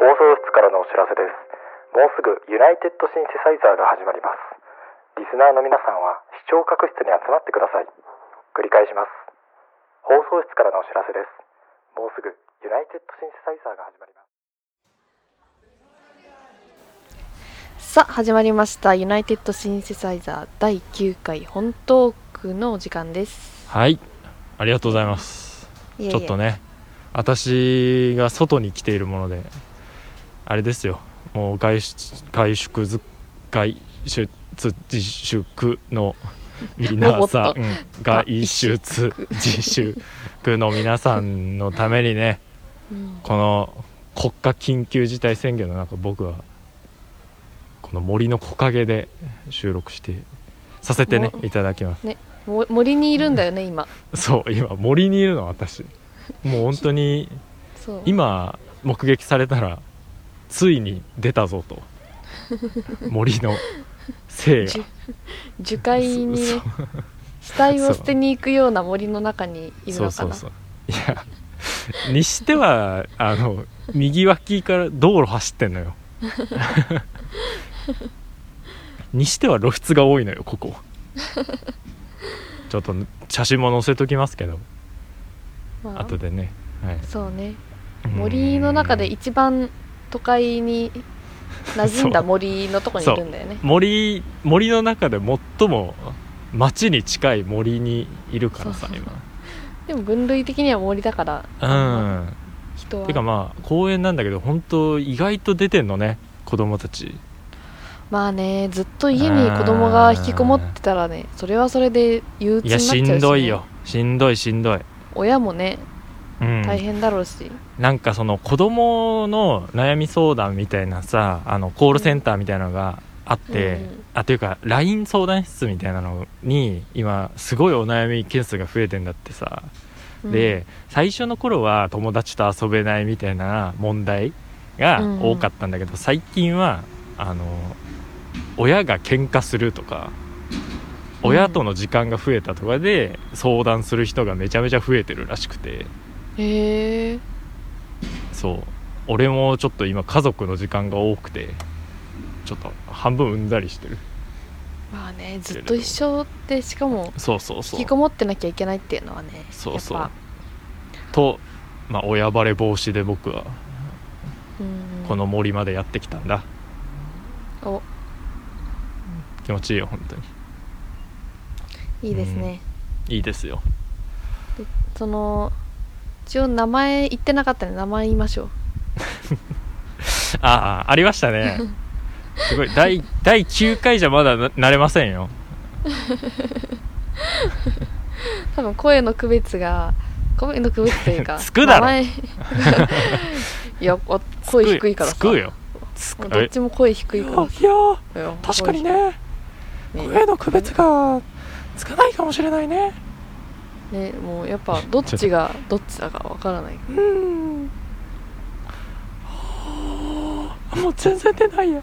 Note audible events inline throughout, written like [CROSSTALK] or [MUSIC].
放送室からのお知らせですもうすぐユナイテッドシンセサイザーが始まりますリスナーの皆さんは視聴覚室に集まってください繰り返します放送室からのお知らせですもうすぐユナイテッドシンセサイザーが始まりますさあ始まりましたユナイテッドシンセサイザー第9回本トークのお時間ですはいありがとうございますいえいえちょっとね私が外に来ているものであれですよもう外出外出ず外出自粛の皆さんうん外出自粛の皆さんのためにねうんこの国家緊急事態宣言の中僕はこの森の木陰で収録してさせてねもいただきますも森にいるんだよね今そう今森にいるの私もう本当にそう今目撃されたらついに出たぞと森の生がじゅ樹海にねそう死体を捨てに行くような森の中にいるそのうかそうなそういやにしてはあの右脇から道路走ってんのよ [LAUGHS] にしては露出が多いのよここちょっと写真も載せときますけどまあ後でね、はい、そうね森の中で一番都会に馴染んだ森のとこにいるんだよね森森の中で最も町に近い森にいるからそさうそうそう今でも分類的には森だからうん人はてかまあ公園なんだけど本当意外と出てんのね子供たちまあねずっと家に子供が引きこもってたらねそれはそれで憂鬱いになやっちゃうしし,、ね、んどいよしんどいしんどい、親もねうん、大変だろうし、なんかその子供の悩み相談みたいなさあのコールセンターみたいなのがあって、うんうんあというか LINE 相談室みたいなのに今すごいお悩み件数が増えてんだってさうんで最初の頃は友達と遊べないみたいな問題が多かったんだけど、最近はあの親が喧嘩するとかうん親との時間が増えたとかで相談する人がめちゃめちゃ増えてるらしくてへえそう俺もちょっと今家族の時間が多くてちょっと半分うんざりしてるまあねずっと一緒でしかもそうそうそ引うきこもってなきゃいけないっていうのはねそうそうやっぱと、まあ、親バレ防止で僕はうんこの森までやってきたんだお気持ちいいよ本当にいいですね、いいですよその一応名前言ってなかったね名前言いましょうああありましたねすごい第第9回じゃまだな慣れませんよ多分声の区別が声の区別というか [LAUGHS] つくだろ名前いやお声低いからさつくよつもうくどっちも声低いからいやーさ確かにね声の区別がつかないかもしれないねねもうやっぱどっちがどっちだかわからないうんもう全然出ないや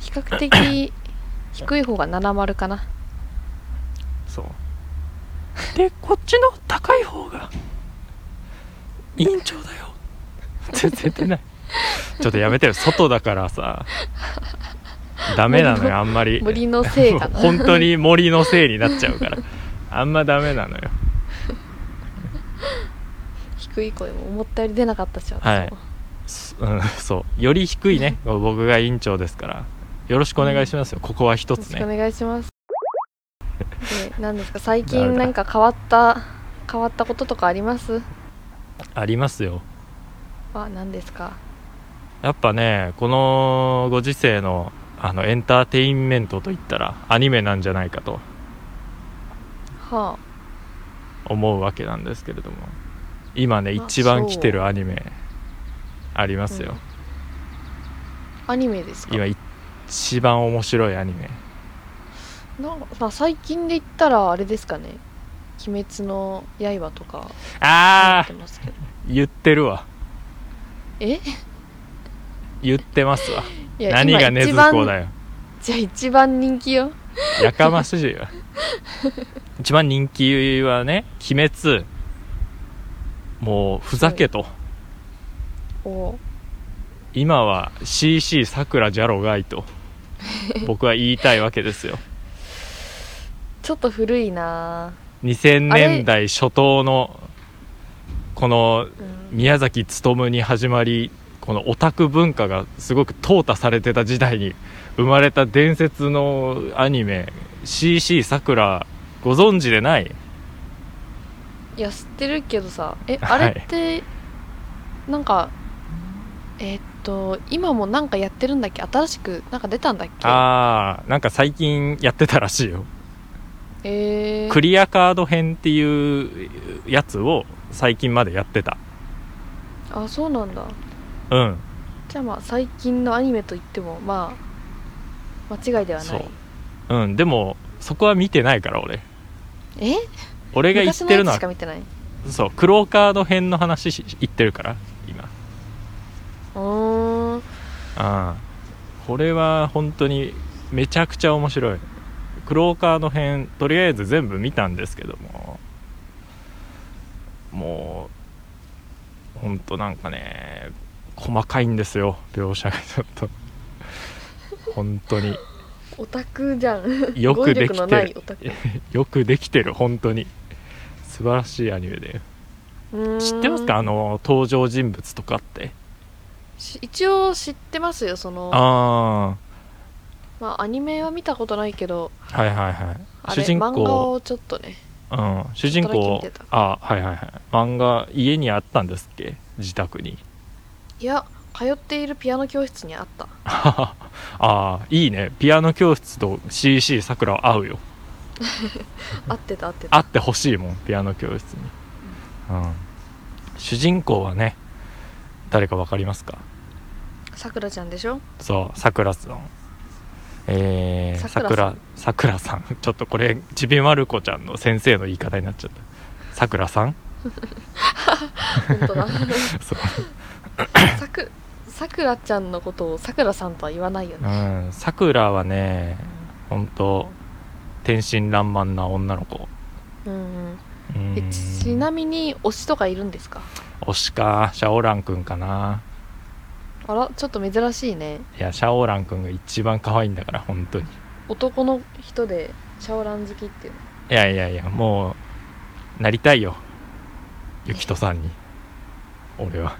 比較 [LAUGHS] 的低い方が70かなそうでこっちの高い方が委員長だよ全然出ないちょっとやめてよ外だからさダメなのよあんまり森のせいかな [LAUGHS] 本当に森のせいになっちゃうからあんまダメなのよ低い声も思ったより出なかったし、私もはいすうんそうより低いね僕が委員長ですからよろしくお願いしますよここは一よろつしくおね願いし [LAUGHS] ますで何ですか最誰近だなんか変わった変わったこととかありますありますよは何ですかやっぱねこのご時世のあのエンターテインメントといったらアニメなんじゃないかとは思うわけなんですけれども今ねあ一番そう来てるアニメありますよ、あアニメですか今一番面白いアニメなんかまあ最近で言ったらあれですかね「鬼滅の刃」とかやっあてーますけど言ってるわえ言ってますわいや何が根ず今一こ番だよじゃあ一番人気よやかましいわ一番人気はね「鬼滅」もうふざけとお今は CC さくらじゃろがいと僕は言いたいわけですよちょっと古いな2000年代初頭のこのぁ、うん、宮崎勉に始まりこのオタク文化がすごく淘汰されてた時代に生まれた伝説のアニメ「CC さくら」ご存知でないいや知ってるけどさえはあいれって、なんかえーっと今もなんかやってるんだっけ新しくなんか出たんだっけあーなんか最近やってたらしいよえー、クリアカード編っていうやつを最近までやってたあそうなんだうんじゃあまあ最近のアニメといってもまあ間違いではなそいううんでもそこは見てないから俺え俺が言っ昔のてやるのつはしか見てないそうクローカード編の話し言ってるから今うーんああこれは本当にめちゃくちゃ面白いクローカード編とりあえず全部見たんですけどももう本当なんかね細かいんですよ描写がちょっと本当にオタクじゃんよくできて語彙力るのないオタクよくできてる本当に素晴らしいアニメで知ってますかあのの登場人物とかって一応知ってますよそのあまあアニメは見たことないけどあはいはいはあい主れ人漫画公をちょっとねうん、主人ちょっ公とだけ見てたあはいはいはい漫画家にあったんですっけ自宅に [LAUGHS] いや通っているピアノ教室にあ [LAUGHS] ったああいいねピアノ教室と CC さくらは合うよ合ってた合ってた会ってほしいもんピアノ教室に、うん、主人公はね誰かわかりますかさくらちゃんでし [LAUGHS] ょそうさくらさんえー、ささくくららさくらさん [LAUGHS] ちょっとこれちびまる子ちゃんの先生の言い方になっちゃったさくらさん [LAUGHS] 本当だ [LAUGHS] そうさくさくらちゃんのことをさくらさんとは言わないよねうんさくらはね本当天真爛漫な女の子うんうんうんえちなみに推しとかいるんですか推しかシャオランくんかなあらちょっと珍しいねいやシャオランくんが一番可愛いんだから本当に男の人でシャオラン好きっていうのいやいやいやもうなりたいよゆきとさんに俺は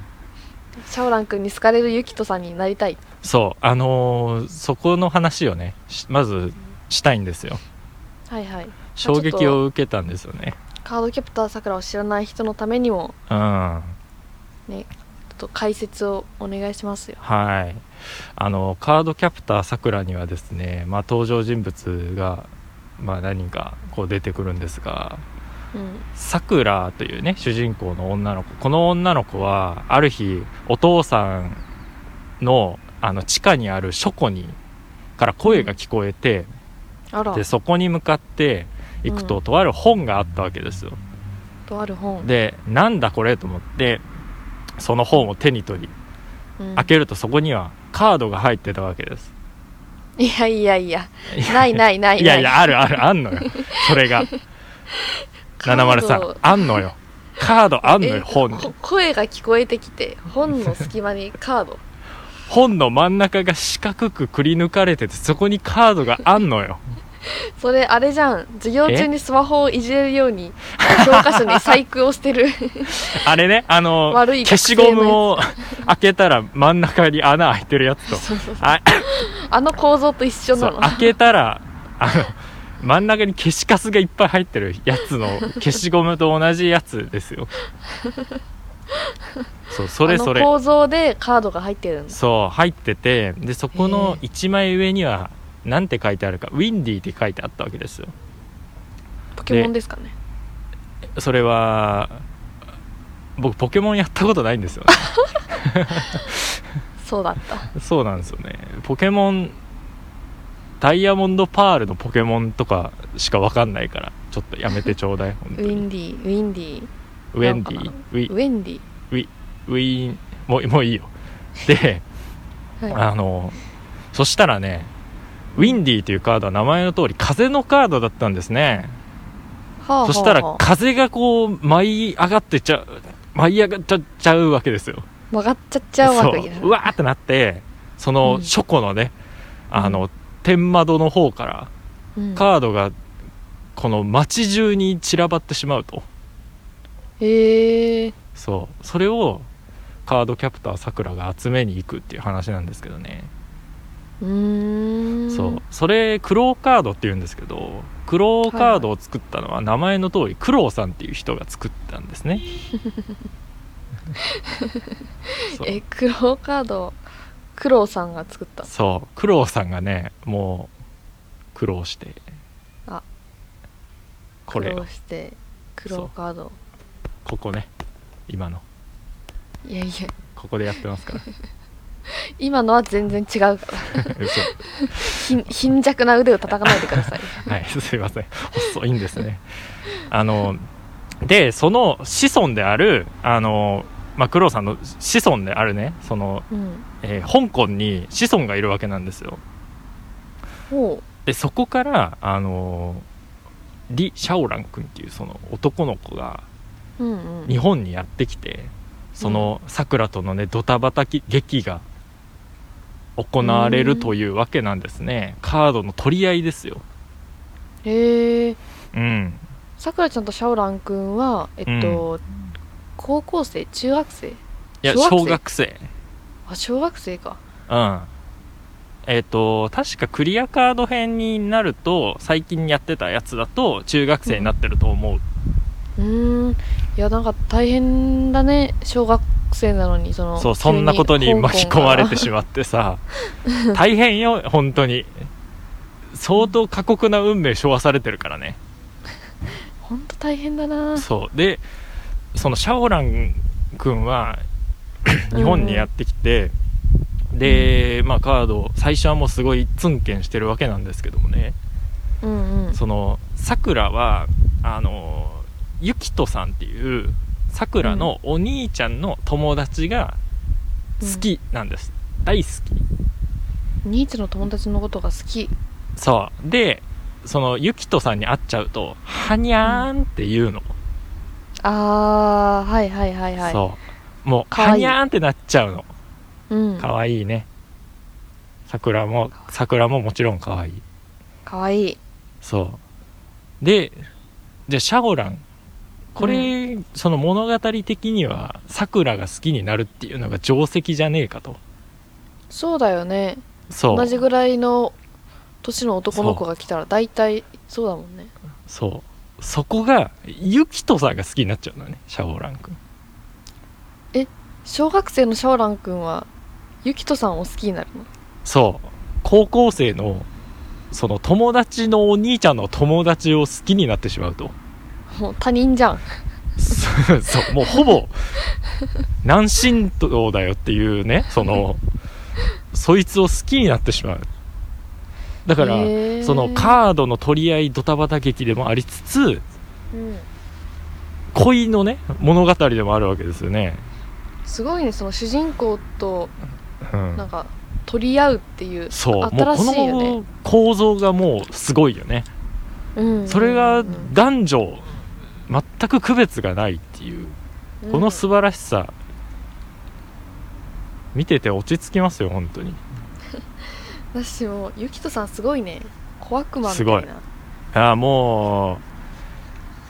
シャオランくんに好かれるユキトさんになりたいそうあのーそこの話をねしまずしたいんですよはいはい衝撃を受けたんですよねカードキャプターさくらを知らない人のためにもうんねちょっと解説をお願いしますよはい、あのカードキャプターさくらにはですね、まあ、登場人物が、まあ、何人かこう出てくるんですがうんさくらというね主人公の女の子この女の子はある日お父さんのあの地下にある書庫にから声が聞こえて、あらでそこに向かって行くと、うんとある本があったわけですよ。とある本、でなんだこれと思ってその本を手に取りうん開けるとそこにはカードが入ってたわけです。いやいやいやないないないないいやいやあるあるあん [LAUGHS] のよそれがカード703あんのよカードあんのよえ本にこ声が聞こえてきて本の隙間にカード [LAUGHS] 本の真ん中が四角くくり抜かれててそこにカードがあんのよそれあれじゃん授業中にスマホをいじれるように教科書に細工をして [LAUGHS] るあれねあの悪い消学し生のゴやつムを [LAUGHS] 開けたら真ん中に穴開いてるやつとそうそうそうああの構造と一緒そなうの開けたらあの真ん中に消しカスがいっぱい入ってるや [LAUGHS] つの消しゴムと同じやつですよそうそれそれあの構造でカードが入ってるんだそう入っててでそこのへえ一枚上には何て書いてあるかウィンディーって書いてあったわけですよポケモンですかねそれは僕ポケモンやったことないんですよ [LAUGHS] ねそうだったそうなんですよねポケモンダイヤモンドパールのポケモンとかしかわかんないからちょっとやめてちょうだい本ウ当ィにンディウィンディウェンディなーんかウィウェンディウィーンもうもういいよではいあのそしたらねウィンディーというカードは名前の通り風のカードだったんですねはあそしたはらあは風がこう舞い上がってちゃ舞い上がっちゃちゃうわけですよあ曲がっちゃっちゃうわけそやううわーってなってそのうん書庫のね、あうの天窓の方からうんカードがこの街中に散らばってしまうとへえそうそれをカードキャプターさくらが集めに行くっていう話なんですけどね、うーんそうそれクローカードっていうんですけどクローカードを作ったのは名前の通りクローさんっていう人が作ったんですねそうえクローカードクロウさんが作ったそう苦労さんがねもう苦労してあこれ苦労してクローカードここね今のいやいやここでやってますから今のは全然違うから [LAUGHS] 嘘ひん [LAUGHS] 貧弱な腕を叩かないでくださいはいすいません細いんですねあのでその子孫であるあのまあ苦労さんの子孫であるねその、うんえー香港に子孫がいるわけなんですよおうでそこからあの李シャオラン君っていうその男の子がうんうん日本にやってきてそのさくらとのねドタバタき劇が行われるというわけなんですねカードの取り合いですよへえうんさくらちゃんとシャオランくんはえっと、高校生中学生いや小小学学生あ小学生かうんえっ、と確かクリアカード編になると最近やってたやつだと中学生になってると思う、うーんいやなんか大変だね小学生なのにそのそうそんなことに巻き込まれてししまってさ大変よ本当に相当過酷な運命昭和されてるからねまうほんと大変だ [LAUGHS] なそうでそのシャオラン君はうん日本にやってきて、で、まあ、カード最初はもうすごいツンケンしてるわけなんですけどもねうんうんそのさくらはあのゆきとさんっていうさくらのお兄ちゃんの友達が好きなんです、大好きニーチェの友達のことが好きそうでそのゆきとさんに会っちゃうと「はにゃーん」って言うの、あーはいはいはいはいそうもう「かわはいいにゃーん」ってなっちゃうのう、ん、かわいいね桜も桜ももちろんかわいいかわいいそうでじゃあシャオランこれ、その物語的には桜が好きになるっていうのが定石じゃねえかとそうだよねそう同じぐらいの年の男の子が来たら大体そうだもんねそうそこがユキトさんが好きになっちゃうのねシャオランくん小学生のシャオランくんはユキトさんを好きになるのそう高校生のその友達のお兄ちゃんの友達を好きになってしまうともう他人じゃんそう [LAUGHS] そうもうほぼ南神道だよっていうねそのそいつを好きになってしまうだから、へーそのカードの取り合いドタバタ劇でもありつつうん恋のね物語でもあるわけですよね、すごいねその主人公とうんなんか取り合うっていうそうもう新こしいよねの構造がもうすごいよねうんそれがうんうん男女全く区別がないっていううんこの素晴らしさ見てて落ち着きますよ本当に私もユキトさんすごいね小悪魔みたいなすごいああもう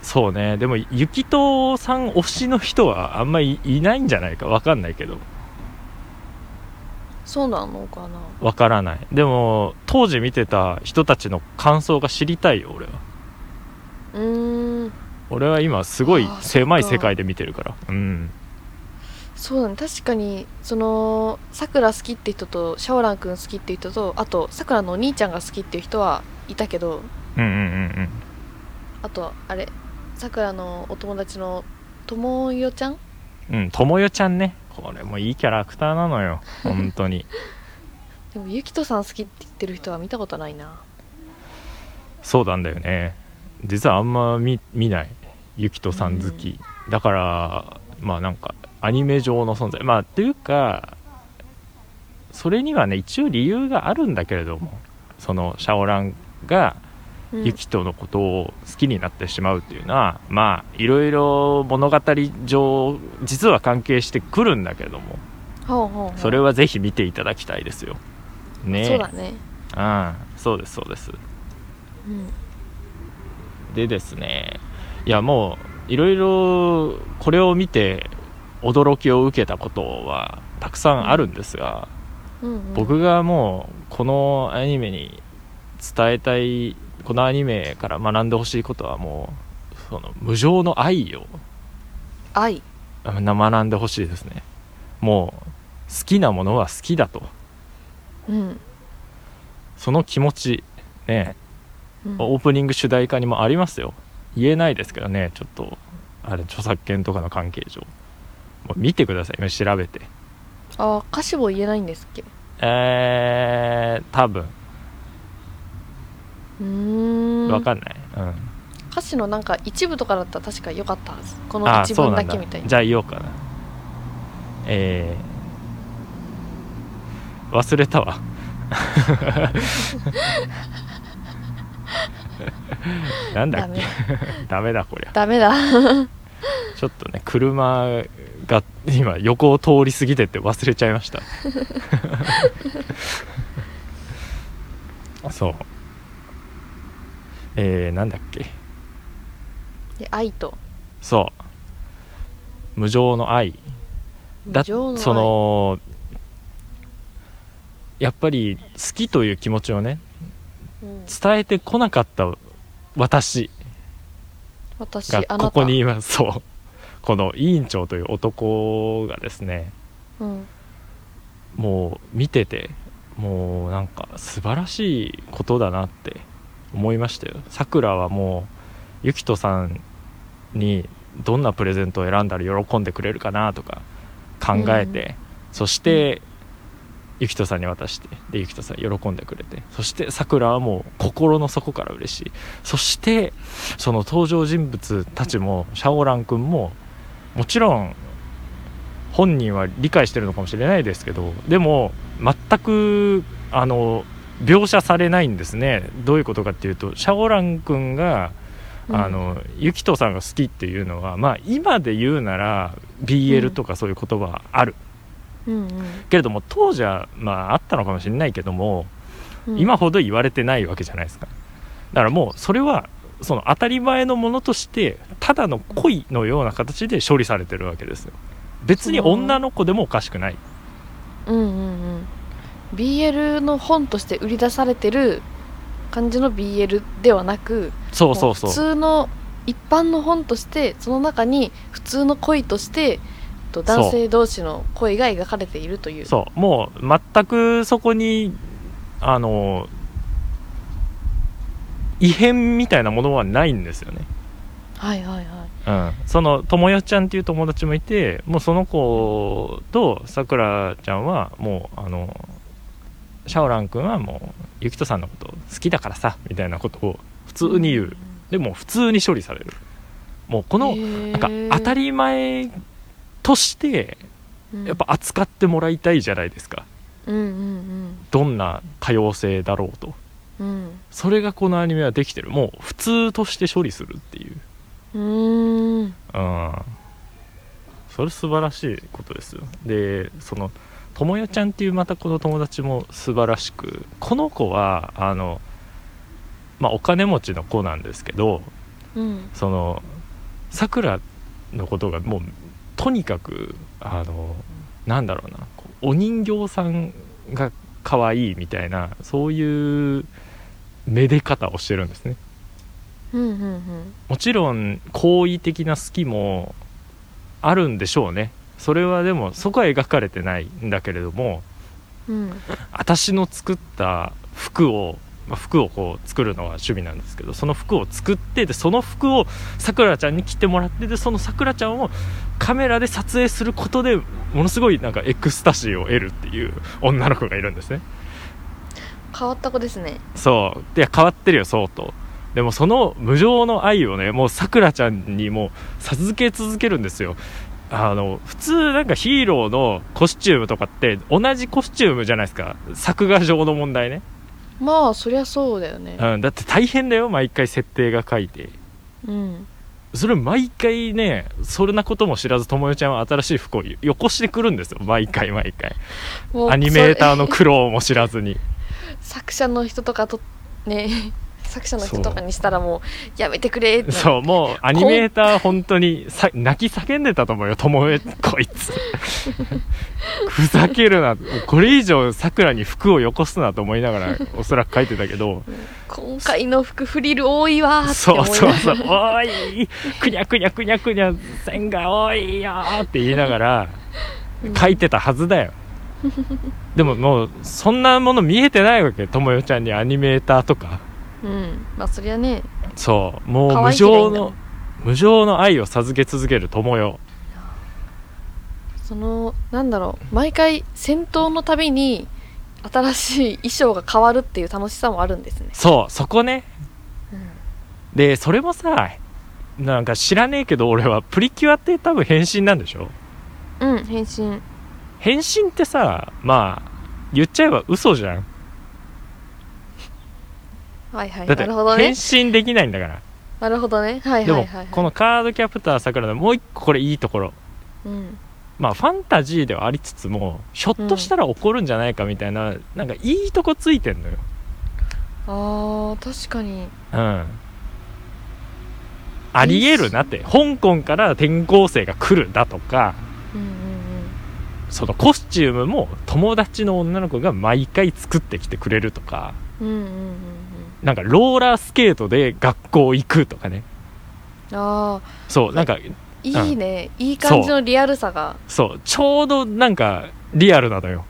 そうねでもゆきとさん推しの人はあんまりいないんじゃないかわかんないけどそうなのかなわからないでも当時見てた人たちの感想が知りたいよ俺はうーん俺は今すごいああ狭いそっか世界で見てるからうんそうだね確かにそのさくら好きって人とシャオランくん好きって人とあとさくらのお兄ちゃんが好きっていう人はいたけどうんうんうんあとあれさくらのお友達のともよちゃんうんうんともよちゃんねこれもいいキャラクターなのよ本当にでもゆきとさん好きって言ってる人は見たことないなそうなんだよね実はあんま見見ないゆきとさん好き、だからまあなんかアニメ上の存在まあっていうかそれにはね一応理由があるんだけれどもそのシャオランがうんユキとのことを好きになってしまうっていうのは、まあいろいろ物語上実は関係してくるんだけどもほうほうほうそれはぜひ見ていただきたいですよねそうだねうん、そうですそうですうんでですねいやもういろいろこれを見て驚きを受けたことはたくさんあるんですが、うんうん僕がもうこのアニメに伝えたいこのアニメから学んでほしいことはもうその無常の愛を愛あ学んでほしいですねもう好きなものは好きだとうんその気持ちねうんオープニング主題歌にもありますよ言えないですけどねちょっとあれ著作権とかの関係上もう見てください今調べてあ歌詞も言えないんですっけえー、多分うーんわかんない、うん、歌詞のなんか一部とかだったら確か良かったはずこのああ一そう文なだんだけみたいなじゃあ言おうかなえー、忘れた [LAUGHS] わなんだダっメけダメだこりゃダメだ [LAUGHS] ちょっとね車が今横を通り過ぎてって忘れちゃいましたそうえー、なんだっけで愛とそう無常の愛だ無情の愛そのやっぱり好きという気持ちをねうん伝えてこなかった私私があなたここにいますそうこの委員長という男がですねうんもう見ててもうなんか素晴らしいことだなって思いましたよさくらはもうゆきとさんにどんなプレゼントを選んだら喜んでくれるかなとか考えて、そして、ゆきとさんに渡してでゆきとさん喜んでくれてそしてさくらはもう心の底から嬉しいそしてその登場人物たちもシャオラン君ももちろん本人は理解してるのかもしれないですけどでも全くあの描写されないんですねどういうことかっていうとシャオラン君が、うんあのユキトさんが好きっていうのはまあ今で言うなら BL とかそういう言葉はある、うんうんけれども当時はまああったのかもしれないけども、うん今ほど言われてないわけじゃないですかだからもうそれはその当たり前のものとしてただの恋のような形で処理されてるわけですよ別に女の子でもおかしくないうんうんうん BL の本として売り出されてる感じの BL ではなくそうそうそ普う通の一般の本としてその中に普通の恋としてとそう男性同士の恋が描かれているというそうもう全くそこにあの異変みたいなものはないんですよねはいはいはいうん、そのともよちゃんっていう友達もいてもうその子とさくらちゃんはもうあのシャオラン君はもうゆきとさんのこと好きだからさみたいなことを普通に言う、でも普通に処理されるもうこのなんか当たりり前としてやっぱ扱ってもらいたいじゃないですかうんうんどんな多様性だろうとうんそれがこのアニメはできてるもう普通として処理するっていううんうーんうんそれ素晴らしいことですよでそのともよちゃんっていうまたこの友達も素晴らしくこの子はあのまあお金持ちの子なんですけどうんそのさくらのことがもうとにかくあのなんだろうなこうお人形さんが可愛いみたいなそういうめで方をしてるんですねうんうんうんもちろん好意的な好きもあるんでしょうねそれはでもそこは描かれてないんだけれどもうん私の作った服を、まあ服をこう作るのが趣味なんですけどその服を作ってでその服をさくらちゃんに着てもらってでそのさくらちゃんをカメラで撮影することでものすごいなんかエクスタシーを得るっていう女の子がいるんですね変わった子ですねそういや変わってるよ相当でもその無情の愛をねもうさくらちゃんにもう授け続けるんですよあの普通なんかヒーローのコスチュームとかって同じコスチュームじゃないですか作画上の問題ね、まあそりゃそうだよねうん、だって大変だよ毎回設定が書いてうんそれ毎回ねそんなことも知らずともよちゃんは新しい服をよこしてくるんですよ毎回毎回もうアニメーターのそ苦労も知らずにれ作者の人とかとね [LAUGHS] 作者の人とかにしたらもうやめてくれってなる [LAUGHS] そうもうアニメーター本当にさ泣き叫んでたと思うよともえこい [LAUGHS] つふざけるなこれ以上さくらに服をよこすなと思いながらおそらく書いてたけど今回の服フリル多いわーってそ思ういなそがうらそう「おいくにゃくにゃくにゃくにゃ線が多いよ」って言いながらうん書いてたはずだ [LAUGHS] よでももうそんなもの見えてないわけともよちゃんにアニメーターとかうんまあそりゃねそうもう可無愛いけりゃいい償んだものん無償の愛を授け続けるともよそのなんだろう毎回戦闘のたびに新しい衣装が変わるっていう楽しさもあるんですね、そうそこねうんでそれもさなんか知らねえけど俺はプリキュアって多分変身なんでしょうん変身変身ってさまあ言っちゃえば嘘じゃんはいはいだなってるほど変ね身できないんだからなるほどねはいではいもはい、はい、このカードキャプターさくらのもう一個これいいところうんまあファンタジーではありつつもひょっとしたら起こるんじゃないかみたいな、なんかいいとこついてんのよあー確かにうんありえるなって香港から転校生が来るだとかうんうんそのコスチュームも友達の女の子が毎回作ってきてくれるとかうんうんうんうんうんなんかローラースケートで学校行くとかねあそうなんかーいいね、いい感じのリアルさがそうちょうどなんかリアルなのよ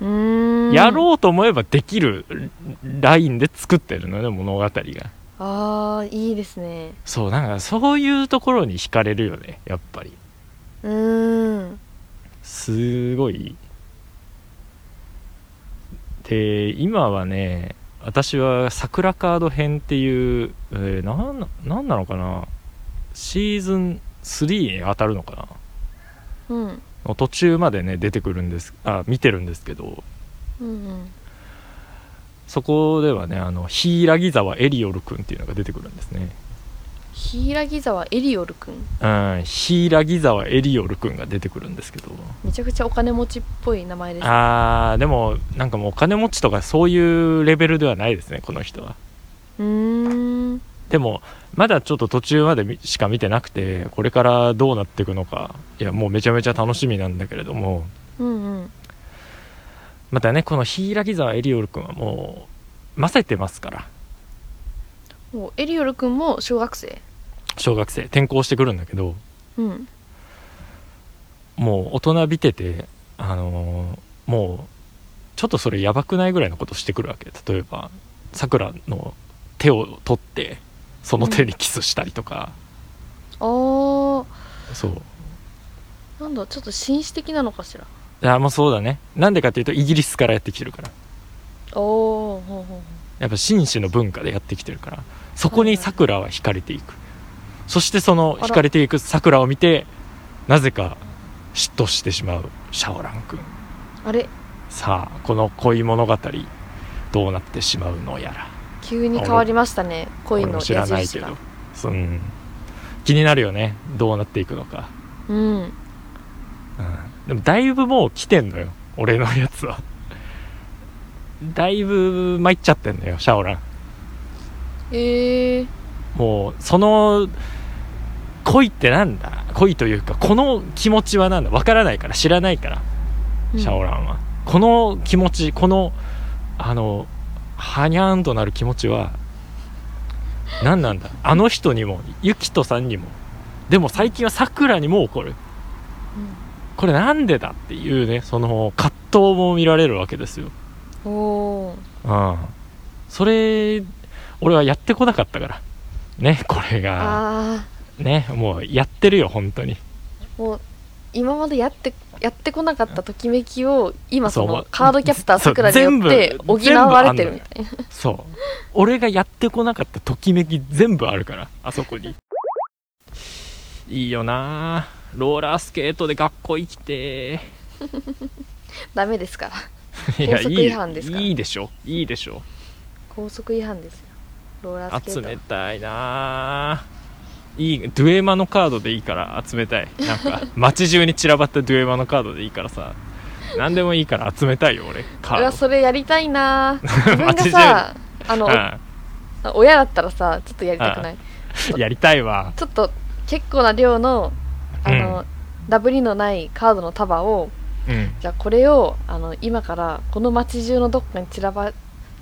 うーんやうろうと思えばできるラインで作ってるのね物語があーいいですねそうなんかそういうところに惹かれるよねやっぱりうーんすごいで今はね私は「桜カード編」っていう、えーなんななんなのかなシーズン3に当たるのかなうんの途中までね出てくるんですあ見てるんですけどうんうんそこではねあの柊沢エリオル君っていうのが出てくるんですね柊沢エリオルくんうん柊沢エリオル君が出てくるんですけどめちゃくちゃお金持ちっぽい名前ですあーでもなんかもうお金持ちとかそういうレベルではないですねこの人はうーんでもまだちょっと途中までみしか見てなくてこれからどうなっていくのかいやもうめちゃめちゃ楽しみなんだけれどもうんうんまたねこの柊沢エリオル君はもうませてますからもうエリオルくんも小学生小学生転校してくるんだけどうんもう大人びててあのーもうちょっとそれやばくないぐらいのことしてくるわけ例えばさくらの手を取ってその手にキスしたりとか、あーそうなんだちょっと紳士的なのかしらあもうそうだねなんでかっていうとイギリスからやってきてるからおおほうほうほうやっぱ紳士の文化でやってきてるからそこにさくらは惹かれていくそしてその惹かれていくさくらを見てなぜか嫉妬してしまうシャオラン君あれさあこの恋物語どうなってしまうのやら急に変わりましたね恋俺のも矢知らないけ印がどそうん気になるよねどうなっていくのか、うんうん、でもだいぶもう来てんのよ俺のやつはだいぶ参っちゃってんのよシャオランえー、もうその恋ってなんだ恋というかこの気持ちはなんだわからないから知らないからうんシャオランは、この気持ちこのあのはにゃーんとなる気持ちは何なんだあの人にもユキトさんにもでも最近はさくらにも怒るこれなんでだっていうねその葛藤も見られるわけですよ、うん、おーうん、それ俺はやってこなかったからねこれがあねもうやってるよ本当にーもう今までやってやってこなかったときめきを今そそうのカードキャプターさくらに [LAUGHS] そうよって補われてるみたいなそう俺がやってこなかったときめき全部あるからあそこにいいよなローラースケートで学校行きてダメですからい法則違反ですからいいいでしょいいでしょ高速違反ですよローラースケ集ートはめたいないいドゥエマのカードでいいから集めたいなんか [LAUGHS] 街中に散らばったドゥエマのカードでいいからさ何でもいいから集めたいよ俺カうわードそれやりたいな [LAUGHS] 自分がさあの、う親だったらさちょっとやりたくないんやりたいわちょっと結構な量のあの、うダブりのないカードの束をうんじゃあこれをあの今からこの街中のどっかに散らば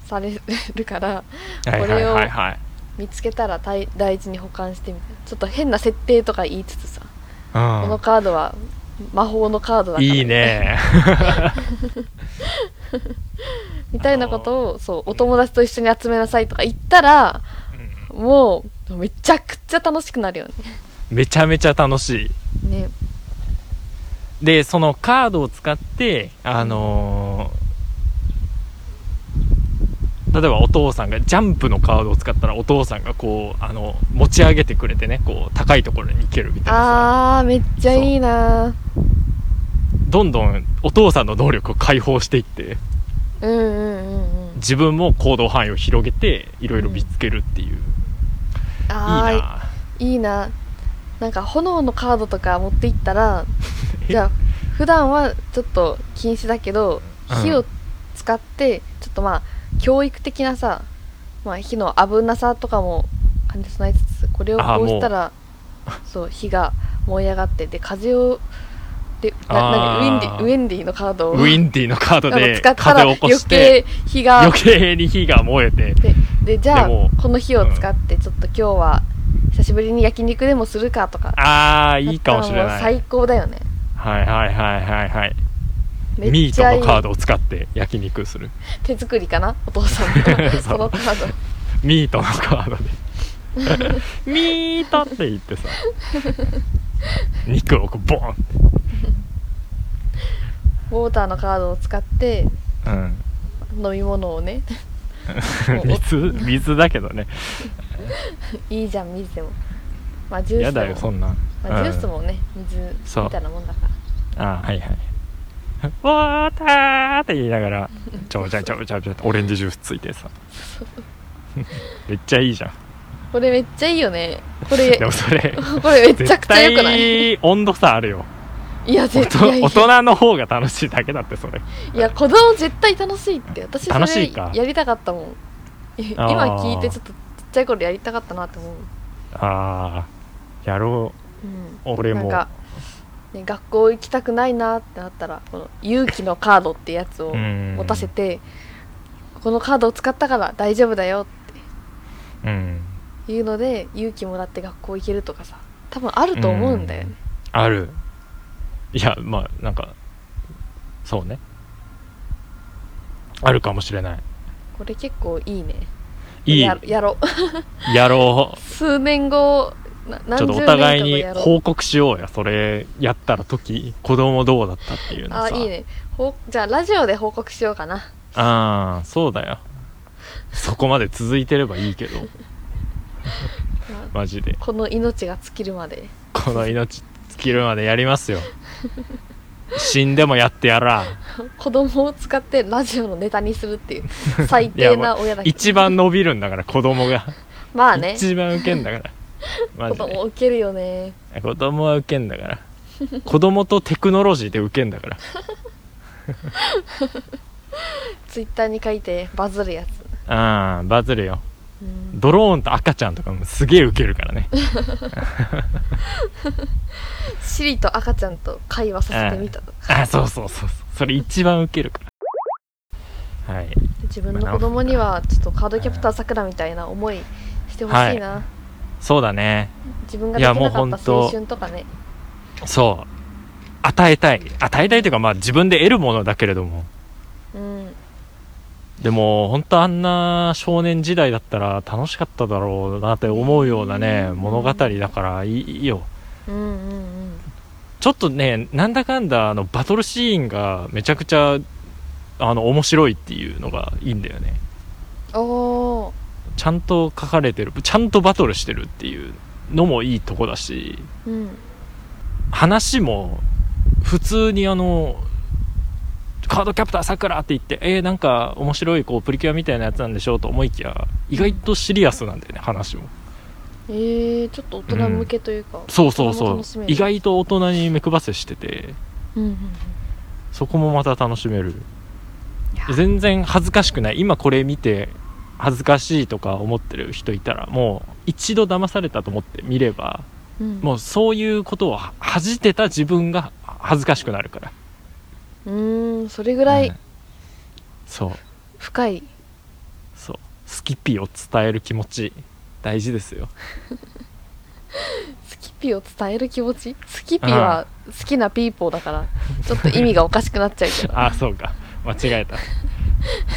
されるからはいこはいれをはいはい見つけたら大大事に保管してみたいなちょっと変な設定とか言いつつさ、このうカードは魔法のカードだんからいいね [LAUGHS] みたいなことをそうお友達と一緒に集めなさいとか言ったらもうめちゃくちゃ楽しくなるよね。めちゃめちゃ楽しいねでそのカードを使ってあのー例えばお父さんがジャンプのカードを使ったらお父さんがこうあの持ち上げてくれてねこう高いところに行けるみたいなさあーめっちゃいいなどんどんお父さんの能力を解放していってうんうんうんうん自分も行動範囲を広げていろいろ見つけるっていう、いいあーないいななんか炎のカードとか持っていった [LAUGHS] らじゃあ普段はちょっと禁止だけどうん火を使ってちょっとまあ教育的なさ、まあ、火の危なさとかも兼ね備えつつこれをあーこうしたらそう火が燃え上がってで風をでな何あーウィンディウィンディのカードをウィンディのカードあので使ったら風を起こ余して計火が余計に火が燃えてででじゃあでもこの火を使ってちょっと今日は久しぶりに焼肉でもするかとかああいいかもしれだなったらいう最高だよねはいはいはいはいはいめミっーちトゃいいのカードを使って焼肉する手作りかなお父さんの [LAUGHS] そうそのカードミートのカード [LAUGHS] でミートって言ってさ肉をこうボンって、ウォーターのカードを使ってうん、飲み物をね [LAUGHS] もう水水だけどねいいじゃん水でもまあジュー嫌スでだもよそんなん、まあ、ジュースうんもね、水そうみたいなもんだからあーはいはいウォーターって言いながらちょぼちゃちょぼちゃちょぼちゃオレンジジュースついてさめっちゃいいじゃんこれめっちゃいいよねこれ [LAUGHS] でもそれこれめちゃ絶くちゃよくないい対温度差あるよやお絶と対大人の方が楽しいだけだってそれいや子供絶対楽しいって私そ楽しれいかやりたかった [LAUGHS] もん今あー聞いてちょっとちっちゃい頃やりたかったなって思う、ああやろうん、う俺なんもか、ね、学校行きたくないなってなったらこの勇気のカードってやつをうん持たせてこのカードを使ったから大丈夫だようんっていうので勇気もらって学校行けるとかさ多分あると思うんだよね、あるいやまあなんかそうねあるかもしれないこれ結構いいねいいややろう [LAUGHS] やろう数年後な何ちょ十年っとかお互い後にやろう報告しようやそれやったら時子供どうだったっていうのあさいいねほじゃあラジオで報告しようかなああそうだよそこまで続いてればいい [LAUGHS] けどマジでこの命が尽きるまでこの命尽きるまでや [LAUGHS] りますよ死んでもやってやら子供を使ってラジオのネタにするって [LAUGHS] いう最いや低もなう親だけど一番伸びるんだから子供が、まあね一番ウケんだからマ子ジ供でを受けるよね子供はウケんだから子供とテクノロジーでウケん [LAUGHS] だからツイッターに書いてバズるやつ、ああバズるようん、ドローンと赤ちゃんとかもすげえウケるからねシリと赤ちゃんと会話させてみたとかあそうそうそうそうそれ一番ウケるからはい自分の子供にはちょっとカードキャプターさくらみたいな思いしてほしいな、そうだね自分ができなかいやもうっほんたと青春とかねそう与えたい与えたいというかまあ自分で得るものだけれどもうんでも本当あんな少年時代だったら楽しかっただろうなって思うようなねうん物語だからいいいいようんうんちょっとねなんだかんだあのバトルシーンがめちゃくちゃあの面白いっていうのがいいんだよねうんおーちゃんと書かれてるちゃんとバトルしてるっていうのもいいとこだしうん話も普通にあのカードキャプターさくらって言ってえー、なんか面白いこうプリキュアみたいなやつなんでしょうと思いきや意外とシリアスなんだよね話もえー、ちょっと大人向けというか、そうそ大うそ人もう楽しめる意外と大人に目配せしててうんうんうんそこもまた楽しめるいや全然恥ずかしくない今これ見て恥ずかしいとか思ってる人いたらもう一度騙されたと思って見ればうんもうそういうことをは恥じてた自分が恥ずかしくなるからうーんそれぐらういんそう深い、そうスキピを伝える気持ち大事ですよスキピを伝える気持ちスキピは好きなピーポーだからちょっと意味がおかしくなっちゃうけど [LAUGHS] あそうか間違えたち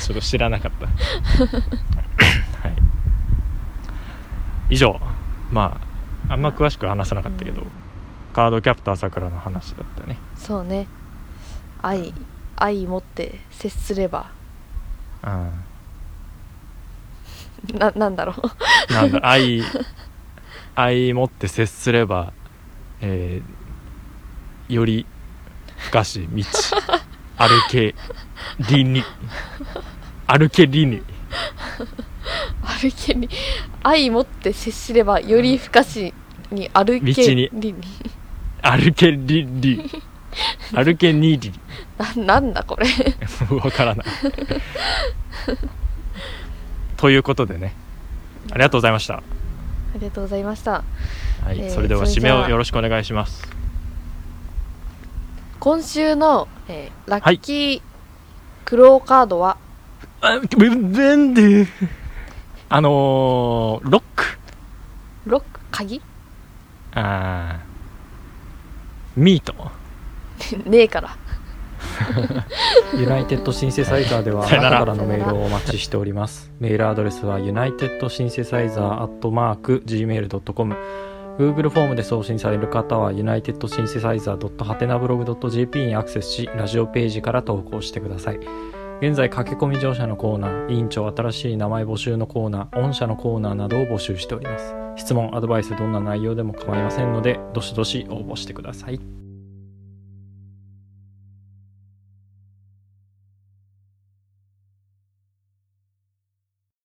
ょっと知らなかった [LAUGHS] はい以上まああんま詳しくは話さなかったけど、うんカードキャプターさくらの話だったねそうね愛愛持って接すればうんななんだろう [LAUGHS] なんだ愛愛持って接すればえーより深し [LAUGHS] 道歩けりに歩けりに歩けに愛持って接すればより深しに歩け道にりに歩けりり歩けにり [LAUGHS] ななんだこれ [LAUGHS] [LAUGHS] わからないということでねありがとうございました、ありがとうございましたはいえーそれではそれ締じめゃあをよろしくお願いします今週の、えーラはッいキークローカードは、あ全然あのーロックロック鍵 [LAUGHS] あーミートねえからユナイテッドシンセサイザーではあさよなならたからのメールをお待ちしております。メールアドレスはユナイテッドシンセサイザーアットマーク gmail.com Google フォームで送信される方はユナイテッドシンセサイザー .hatenablog.jp にアクセスしラジオページから投稿してください。現在駆け込み乗車のコーナー、委員長新しい名前募集のコーナー、御社のコーナーなどを募集しております。質問、アドバイス、どんな内容でも構いませんので、どしどし応募してください。